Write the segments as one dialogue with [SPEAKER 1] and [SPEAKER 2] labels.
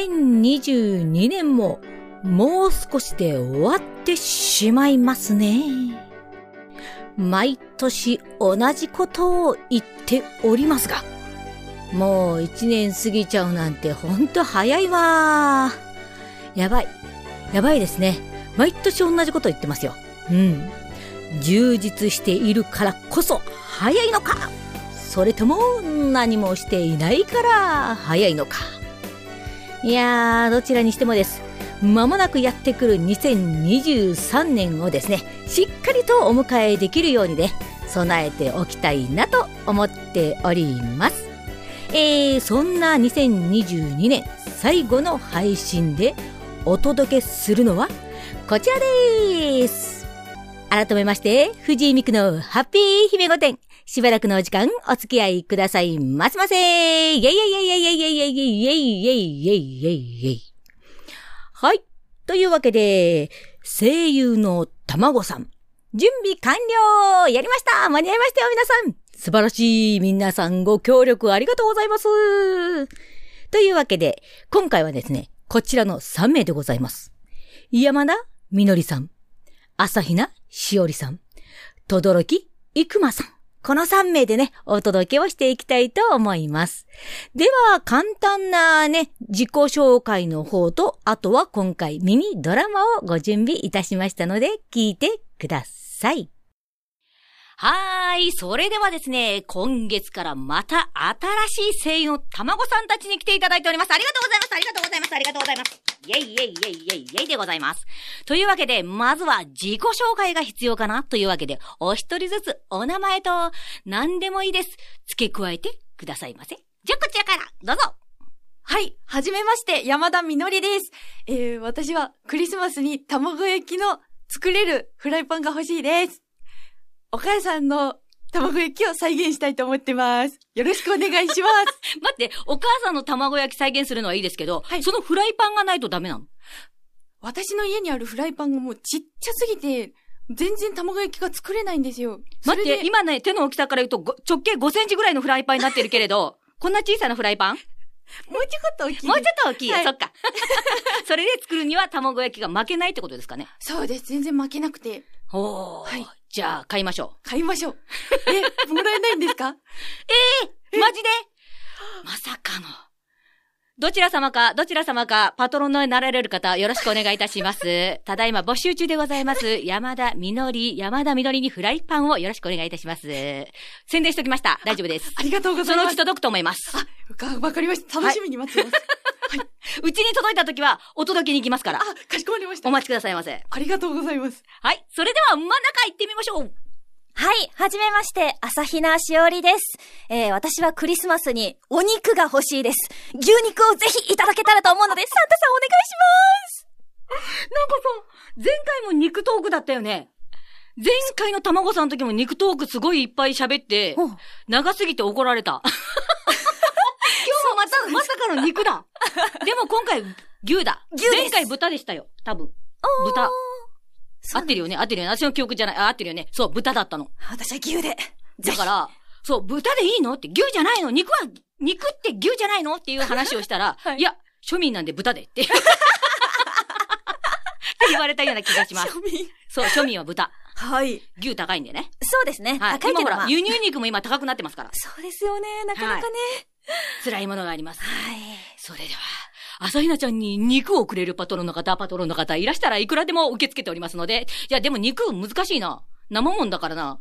[SPEAKER 1] 2022年ももう少しで終わってしまいますね。毎年同じことを言っておりますが、もう1年過ぎちゃうなんてほんと早いわー。やばい。やばいですね。毎年同じこと言ってますよ。うん。充実しているからこそ早いのかそれとも何もしていないから早いのかいやー、どちらにしてもです。まもなくやってくる2023年をですね、しっかりとお迎えできるようにね、備えておきたいなと思っております。えー、そんな2022年最後の配信でお届けするのは、こちらです。改めまして、藤井美久のハッピー姫御殿。しばらくのお時間、お付き合いくださいませませイェイイェイイェイイェイイェイイェイイェイイェイイェイイェイイェイはい。というわけで、声優の卵さん。準備完了やりました間に合いましたよ、皆さん素晴らしい皆さんご協力ありがとうございますというわけで、今回はですね、こちらの3名でございます。山田みのりさん。朝比奈しおりさん、とどろきいくまさん。この3名でね、お届けをしていきたいと思います。では、簡単なね、自己紹介の方と、あとは今回ミニドラマをご準備いたしましたので、聞いてください。はーい。それではですね、今月からまた新しい声優の卵さんたちに来ていただいております。ありがとうございます。ありがとうございます。ありがとうございます。イェイイェイイェイイェイイェイでございます。というわけで、まずは自己紹介が必要かなというわけで、お一人ずつお名前と何でもいいです。付け加えてくださいませ。じゃあこちらから、どうぞ
[SPEAKER 2] はい、はじめまして、山田みのりです。えー、私はクリスマスに卵焼きの作れるフライパンが欲しいです。お母さんの卵焼きを再現したいと思ってます。よろしくお願いしま
[SPEAKER 1] 待って、お母さんの卵焼き再現するのはいいですけど、
[SPEAKER 2] はい
[SPEAKER 1] そのフライパンがないとダメなの
[SPEAKER 2] す。私の家にあるフライパンがもうちっちゃすぎて、全然卵焼きが作れないんですよ。
[SPEAKER 1] 待っ
[SPEAKER 2] そ
[SPEAKER 1] て、
[SPEAKER 2] れで
[SPEAKER 1] 今ね、手の大きさから言うとご直径5センチぐらいのフライパンになってるけれど、こんな小さなフライパン
[SPEAKER 2] もうちょっと大き い。
[SPEAKER 1] もうちょっと大きいよ、
[SPEAKER 2] はい
[SPEAKER 1] そっか。 それで作るには卵焼きが負けないってことですかね。
[SPEAKER 2] そうです。全然負けなくて。
[SPEAKER 1] おー。
[SPEAKER 2] はい
[SPEAKER 1] じゃあ、買いましょう。
[SPEAKER 2] 買いましょう。え、もらえないんですか
[SPEAKER 1] マジでまさかの。どちら様か、どちら様か、パトロンになられる方、よろしくお願いいたし ます。ただいま募集中でございます。山田みのり、山田みのりにフライパンをよろしくお願いいたします。宣伝しときました。大丈夫です。
[SPEAKER 2] ありがとうご
[SPEAKER 1] そ
[SPEAKER 2] ざい
[SPEAKER 1] のう
[SPEAKER 2] ま
[SPEAKER 1] ち
[SPEAKER 2] す。
[SPEAKER 1] 届くと思います。
[SPEAKER 2] あ、わかりました。楽しみに待ってます。
[SPEAKER 1] うちに届いた時は、お届けに行きますから。
[SPEAKER 2] あ、かしこまりました
[SPEAKER 1] お。待ちくださいませ。
[SPEAKER 2] ありがとうございます。
[SPEAKER 1] はい。それでは、真ん中行ってみましょう。
[SPEAKER 3] はい、はじめまして、朝比奈しおりです。えー、私はクリスマスにお肉が欲しいです。牛肉をぜひいただけたらと思うので、サンタさんお願いし
[SPEAKER 1] なんかさ、前回も肉トークだったよね。前回の卵さんの時も肉トークすごいいっぱい喋って
[SPEAKER 3] うん、
[SPEAKER 1] 長すぎて怒られた。今日もま た、まさかの肉 だ。でも今回、牛だ。
[SPEAKER 3] 牛です
[SPEAKER 1] 前回豚でしたよ。多分。豚。合ってるよね合ってるよね私の記憶じゃない。あ合ってるよねそう、豚だったの。
[SPEAKER 3] ます。私は牛で。
[SPEAKER 1] だ から、そう、豚でいいのって、牛じゃないの肉は、肉って牛じゃないのっていう話をした ら、い、や、庶民なんで豚でって。 って言われたような気がします。
[SPEAKER 2] 民。
[SPEAKER 1] そう、庶民は豚。
[SPEAKER 2] はい。
[SPEAKER 1] 牛高いんでね。
[SPEAKER 3] そうですね。
[SPEAKER 1] はい。
[SPEAKER 3] 高い
[SPEAKER 1] 今
[SPEAKER 3] け
[SPEAKER 1] ほ
[SPEAKER 3] ど、
[SPEAKER 1] ら
[SPEAKER 3] まあ、
[SPEAKER 1] 輸入肉も今高くなってますから。
[SPEAKER 3] そうですよね、なかなかね。
[SPEAKER 1] 辛いものがあります。
[SPEAKER 3] はい。
[SPEAKER 1] それでは、朝比奈ちゃんに肉をくれるパトロンの方、パトロンの方、いらしたらいくらでも受け付けておりますので。いや、でも肉難しいな。生もんだからな。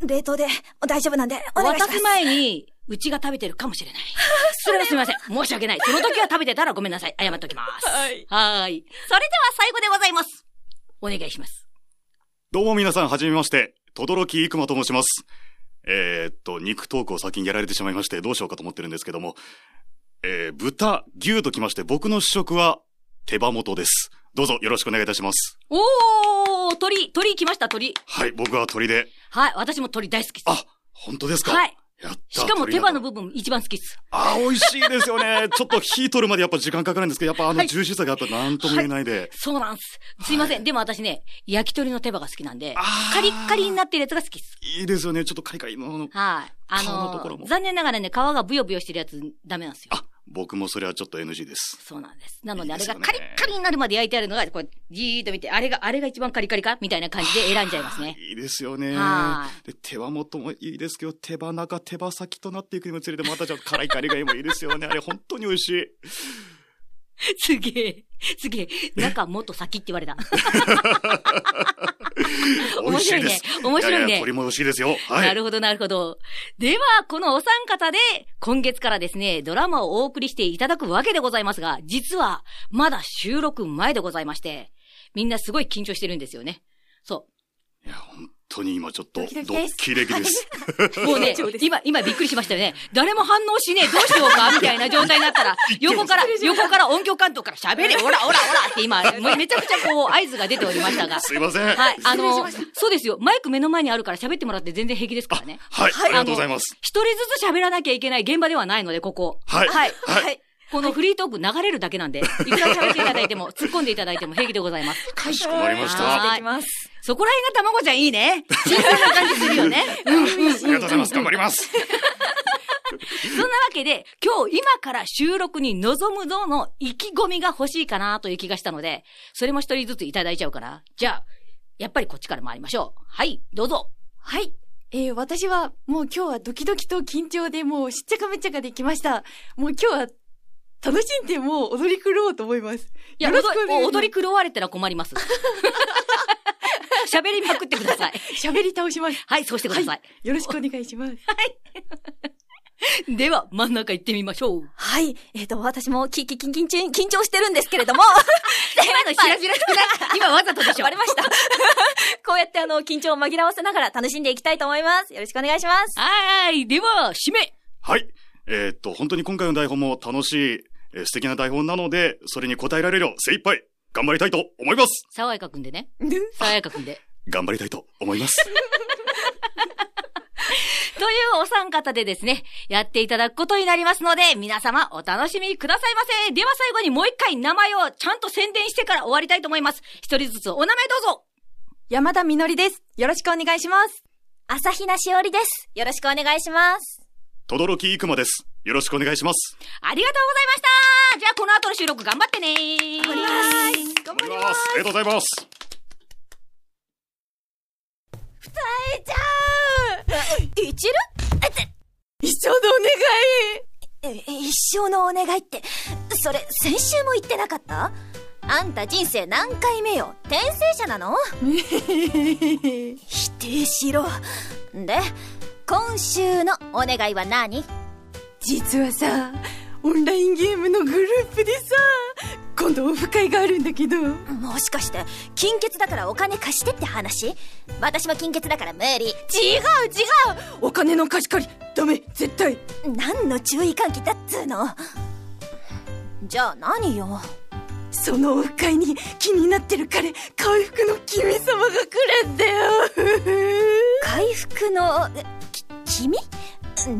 [SPEAKER 3] 冷凍で大丈夫なんで、お願いし
[SPEAKER 1] 渡
[SPEAKER 3] ます
[SPEAKER 1] す。前に、うちが食べてるかもしれ ない。それはすみません。申し訳ない。その時は食べてたらごめんなさい。謝っときます。
[SPEAKER 2] はい
[SPEAKER 1] はーい。それでは最後でございます。お願いします。
[SPEAKER 4] どうも皆さん、はじめまして。とどろきいくまと申します。えー、っと、肉トークを先にやられてしまいまして、どうしようかと思ってるんですけども、えー、豚、牛ときまして、僕の主食は、手羽元です。どうぞよろしくお願いいたします。
[SPEAKER 1] おー鳥鳥来ました、鳥。
[SPEAKER 4] はい、僕は鳥で。
[SPEAKER 1] はい。私も鳥大好きです。
[SPEAKER 4] あ、本当ですか
[SPEAKER 1] はい。。
[SPEAKER 4] やった。
[SPEAKER 1] しかも手羽の
[SPEAKER 4] 部
[SPEAKER 1] 部分一番好きです。
[SPEAKER 4] あ、美味しいです よね。ちょっと火取るまでやっぱ時間かかるんですけど、やっぱあ
[SPEAKER 1] は
[SPEAKER 4] の
[SPEAKER 1] い
[SPEAKER 4] ジューシーさがやっぱなんとも言えないで。
[SPEAKER 1] そうなんです。すいません。でも私ね、焼き鳥の手羽が好きなんで、
[SPEAKER 4] あー
[SPEAKER 1] カリッカリになってるやつが好きです。
[SPEAKER 4] い、いですよね。ちょっとカリカリのあの、
[SPEAKER 1] はい。あ
[SPEAKER 4] 皮のとこ
[SPEAKER 1] の
[SPEAKER 4] ろも
[SPEAKER 1] 残念ながらね、皮がブヨブヨしてるやつダメなんですよ。
[SPEAKER 4] あ、僕もそれはちょっと NG です。
[SPEAKER 1] そうなんです。なので、
[SPEAKER 4] いい
[SPEAKER 1] あ
[SPEAKER 4] で
[SPEAKER 1] れ
[SPEAKER 4] すよ
[SPEAKER 1] が
[SPEAKER 4] ね
[SPEAKER 1] カリッカリになるまで焼いてあるのが、こう、じーっと見て、あれが、あれが一番カリカリかみたいな感じで選んじゃいますね。
[SPEAKER 4] いいですよね。
[SPEAKER 1] は
[SPEAKER 4] で、手羽元もいいですけど、手羽中、手羽先となっていくにもつれて、またじゃあ辛いカリがいもいいですよね。あれ、本当に美味しい。
[SPEAKER 1] い。すげえ。すげえ。中もっと先って言われた。
[SPEAKER 4] 美
[SPEAKER 1] 面
[SPEAKER 4] 味し
[SPEAKER 1] 白
[SPEAKER 4] い
[SPEAKER 1] い
[SPEAKER 4] で
[SPEAKER 1] ね
[SPEAKER 4] す。。
[SPEAKER 1] 面白い
[SPEAKER 4] や
[SPEAKER 1] ね。
[SPEAKER 4] や取り戻しいですよ。はい。
[SPEAKER 1] なるほど、なるほど。では、このお三方で、今月からですね、ドラマをお送りしていただくわけでございますが、実は、まだ収録前でございまして、みんなすごい緊張してるんですよね。そ
[SPEAKER 4] いや、本当に今ちょっと、ド
[SPEAKER 2] ドキドキです
[SPEAKER 4] ッキ リです。
[SPEAKER 1] う。もうね
[SPEAKER 2] 緊張で、す
[SPEAKER 1] 今、今びっくりしましたよね。誰も反応しねえ、どうしようか、みたいな状態になったら、横から、横から音響監督から喋れ、オラオラオラって今、もうめちゃくちゃこう、合図が出ておりました が。
[SPEAKER 4] すいません。
[SPEAKER 1] はい、あ
[SPEAKER 2] 失礼し
[SPEAKER 1] の
[SPEAKER 2] まし、
[SPEAKER 1] そうですよ。マイク目の前にあるから喋ってもらって全然平気ですからね。
[SPEAKER 4] はい。ありがとうございます。
[SPEAKER 1] 一人ずつ喋らなきゃいけない現場ではないので、ここ。
[SPEAKER 4] はい。
[SPEAKER 2] はい。
[SPEAKER 4] は。
[SPEAKER 2] はいい。
[SPEAKER 1] このフリートーク流れるだけなんで、いくら喋っていただいても、突っ込んでいただいても平気でございます。
[SPEAKER 4] かしこまりました。
[SPEAKER 1] は
[SPEAKER 4] あ
[SPEAKER 1] い
[SPEAKER 2] できます。
[SPEAKER 1] そこら辺が卵ちゃんいいね。新鮮な感じするよね。うんうん。そん
[SPEAKER 4] りが
[SPEAKER 1] な
[SPEAKER 4] とう
[SPEAKER 1] わ
[SPEAKER 4] ございます。頑張ります。
[SPEAKER 1] けで、今日今から収録に臨むぞの意気込みが欲しいかなという気がしたので、それも一人ずついただいちゃうかな。じゃあ、やっぱりこっちから参りましょう。はい、どうぞ。
[SPEAKER 2] はい。えー私はもう今日はドキドキと緊張でもうしっちゃかめっちゃかできました。もう今日は楽しんでもう踊り狂おうと思います。
[SPEAKER 1] いや、
[SPEAKER 2] よろしくお願いします
[SPEAKER 1] 踊り狂われたら困ります。喋りまくってください。
[SPEAKER 2] 喋り倒します。
[SPEAKER 1] はい、そうしてください。
[SPEAKER 2] よろしくお願いします。
[SPEAKER 1] では、真ん中行ってみましょう。
[SPEAKER 3] はい。えっ、と、私もき、き、き、緊張、緊張してるんですけれど も、
[SPEAKER 1] 今のしらしらしら、今わざとでしょ
[SPEAKER 3] わ。りました。 こうやってあの、緊張を紛らわせながら楽しんでいきたいと思います。よろしくお願いします。
[SPEAKER 1] はーい、では、締め
[SPEAKER 4] はい。えーっと、本当に今回の台本も楽しい、えー素敵な台本なので、それに応えられるよう精一杯、頑張りたいと思います。
[SPEAKER 1] 爽やかくんでね。爽やかくんで。
[SPEAKER 4] 頑張りたいと思います。
[SPEAKER 1] というお三方でですね、やっていただくことになりますので、皆様お楽しみくださいませ。では最後にもう一回名前をちゃんと宣伝してから終わりたいと思います。一人ずつお名前どうぞ
[SPEAKER 2] 山田みのりです。よろしくお願いします。
[SPEAKER 3] 朝比奈しおりです。よろしくお願いします。
[SPEAKER 4] とどろきいくまです。よろしくお願いします。
[SPEAKER 1] ありがとうございましたじゃあこの後の収録頑張ってねー
[SPEAKER 2] はい。頑張り
[SPEAKER 4] お願い
[SPEAKER 2] ま
[SPEAKER 4] します。ありがとうございます。
[SPEAKER 3] じゃあいちる
[SPEAKER 2] す。一生のお願い。
[SPEAKER 3] え一生のお願いって、それ、先週も言ってなかったあんた人生何回目よ転生者 なの否定しろ。で、今週のお願いは何
[SPEAKER 2] 実はさオンラインゲームのグループでさ今度オフ会があるんだけど
[SPEAKER 3] もしかして、金欠だからお金貸してって話私も金欠だから無理。
[SPEAKER 2] 違う違うお金の貸し借りダメ絶対
[SPEAKER 3] 何の注意喚起だっつうのじゃあ何よ
[SPEAKER 2] そのオフ会に気になってる彼回復の君様が来るんだよ
[SPEAKER 3] 回復の、き、君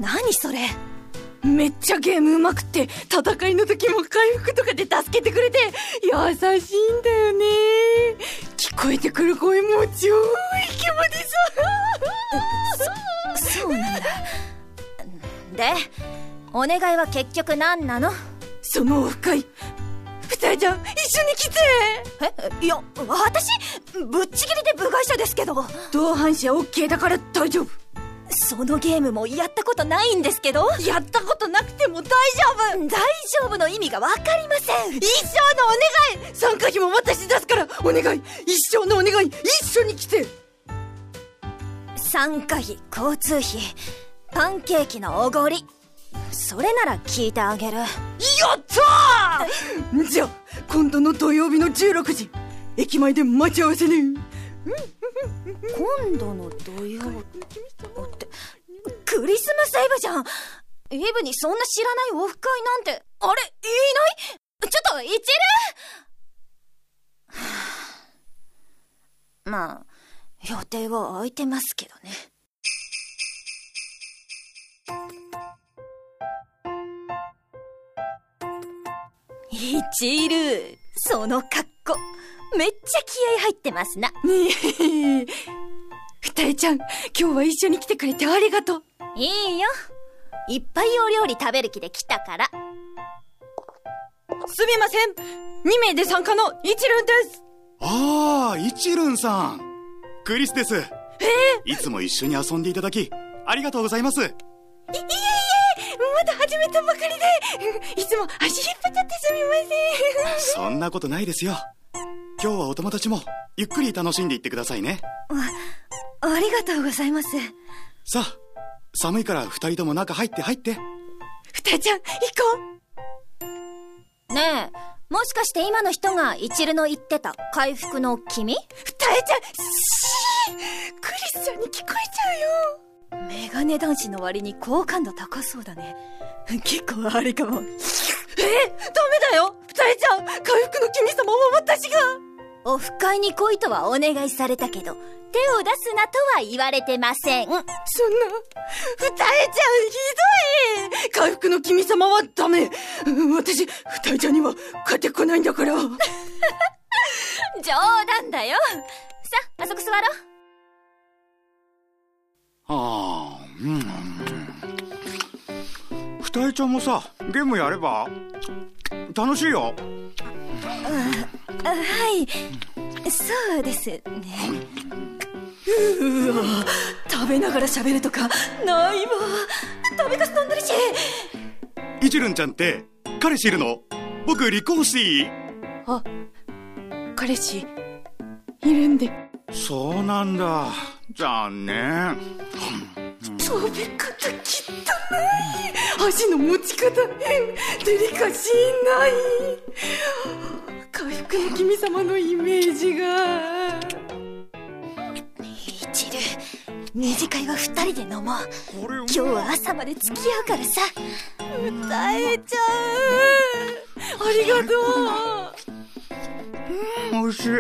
[SPEAKER 3] 何それ
[SPEAKER 2] めっちゃゲームうまくって戦いの時も回復とかで助けてくれて優しいんだよね聞こえてくる声も 超イケボでさ
[SPEAKER 3] そうなんだ。で、お願いは結局何なの
[SPEAKER 2] そのオフ会二重ちゃん一緒に来て
[SPEAKER 3] えいや、私、ぶっちぎりで部外者ですけど。
[SPEAKER 2] 同伴者 OK だから大丈夫
[SPEAKER 3] そのゲームもやったことないんですけど。
[SPEAKER 2] やったことなくても大丈
[SPEAKER 3] 大丈夫の意味がわかりません
[SPEAKER 2] 夫。一生のお願い参加費も私出すからお願い一生のお願い一緒に来て
[SPEAKER 3] 参加費、交通費、パンケーキのおごり。それなら聞いてあげる。
[SPEAKER 2] やったーじゃあ今度の土曜日の16時駅前で待ち合わせね
[SPEAKER 3] 今度の土曜って、クリスマスイブじゃんイブにそんな知らないオフ会なんて、あれ、いないちょっと、いちる まあ、予定は空いてますけどね。いちる、その格好、めっちゃ気合入ってますな。
[SPEAKER 2] ねえふたえちゃん今日は一緒に来てくれてありがとう
[SPEAKER 3] いいよ。いっぱいお料理食べる気で来たから。
[SPEAKER 2] すみません !2 名で参加の一輪です
[SPEAKER 4] ああ、一輪さん。クリスです。えいつも一緒に遊んでいただき、ありがとうございます。
[SPEAKER 2] まだ始めたばか りでいつも足引っ張っちゃってすみません
[SPEAKER 4] そんなことないですよ。今日はお友達も、ゆっくり楽しんでいってくださいね。
[SPEAKER 3] ありがとうございます。
[SPEAKER 4] さあ、寒いから二人とも中入って入って。
[SPEAKER 2] ふたちゃん、行こう
[SPEAKER 3] ねえ、もしかして今の人が一流の言ってた回復の君
[SPEAKER 2] ふたえちゃん、しークリスちゃんに聞こえちゃうよ
[SPEAKER 3] メガネ男子の割に好感度高そうだね。結構あれかも。
[SPEAKER 2] えダメだよふたえちゃん回復の君様は私が
[SPEAKER 3] オフ会に来いとはお願いされたけど、手を出すなとは言われてません。
[SPEAKER 2] そんな、ふたえちゃんひどい回復の君様はダメうん私、ふたえちゃんには勝てこないんだから
[SPEAKER 3] 冗談だよ。さ、あそこ座ろう。
[SPEAKER 4] ああ、うん。二重ちゃんもさ、ゲームやれば楽しいよ。
[SPEAKER 3] はい。そうですね。
[SPEAKER 2] うわ食べながら喋るとか、ないわ
[SPEAKER 3] 食べかす飛んでるし。
[SPEAKER 4] 一輪ちゃんって、彼氏いるの僕、立候補していい
[SPEAKER 2] 彼氏、いるんで
[SPEAKER 4] そうなんだ。残念。
[SPEAKER 2] 食べ方汚い箸の持ち方デリカシーない回復の君様のイメージが
[SPEAKER 3] 一流。二次会は二人で飲もう。
[SPEAKER 4] これ
[SPEAKER 3] 今日は朝まで付き合うからさ。
[SPEAKER 2] 歌えちゃう ありがとう
[SPEAKER 4] 美味しい。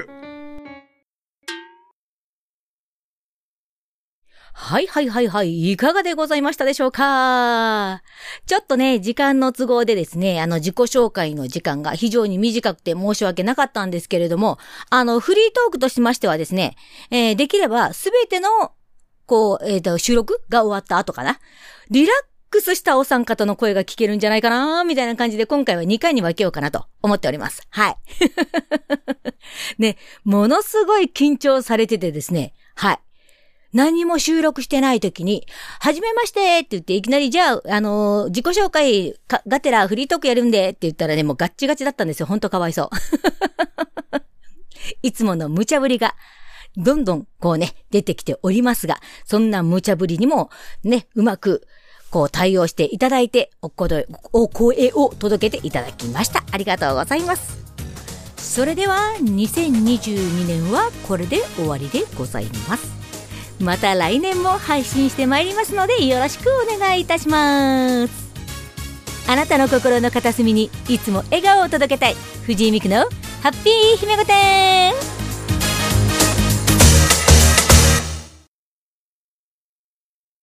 [SPEAKER 1] はいはいはいはい、いかがでございましたでしょうかちょっとね、時間の都合でですね、あの自己紹介の時間が非常に短くて申し訳なかったんですけれども、あのフリートークとしましてはですね、えーできればすべての、こう、えっ、と、収録が終わった後かな。リラックスしたお三方の声が聞けるんじゃないかなみたいな感じで今回は2回に分けようかなと思っております。はい。 ね、ものすごい緊張されててですね、はい。何も収録してない時に、はじめましてって言って、いきなり、じゃあ、あのー自己紹介か、がてらフリートークやるんでって言ったらね、もうガッチガチだったんですよ。ほんとかわいそう。 いつもの無茶ぶりが、どんどん、こうね、出てきておりますが、そんな無茶ぶりにも、ね、うまく、こう対応していただいて、お声お声を届けていただきました。ありがとうございます。それでは、2022年はこれで終わりでございます。また来年も配信してまいりますのでよろしくお願いいたしますあなたの心の片隅にいつも笑顔を届けたい藤井美久のハッピー姫御殿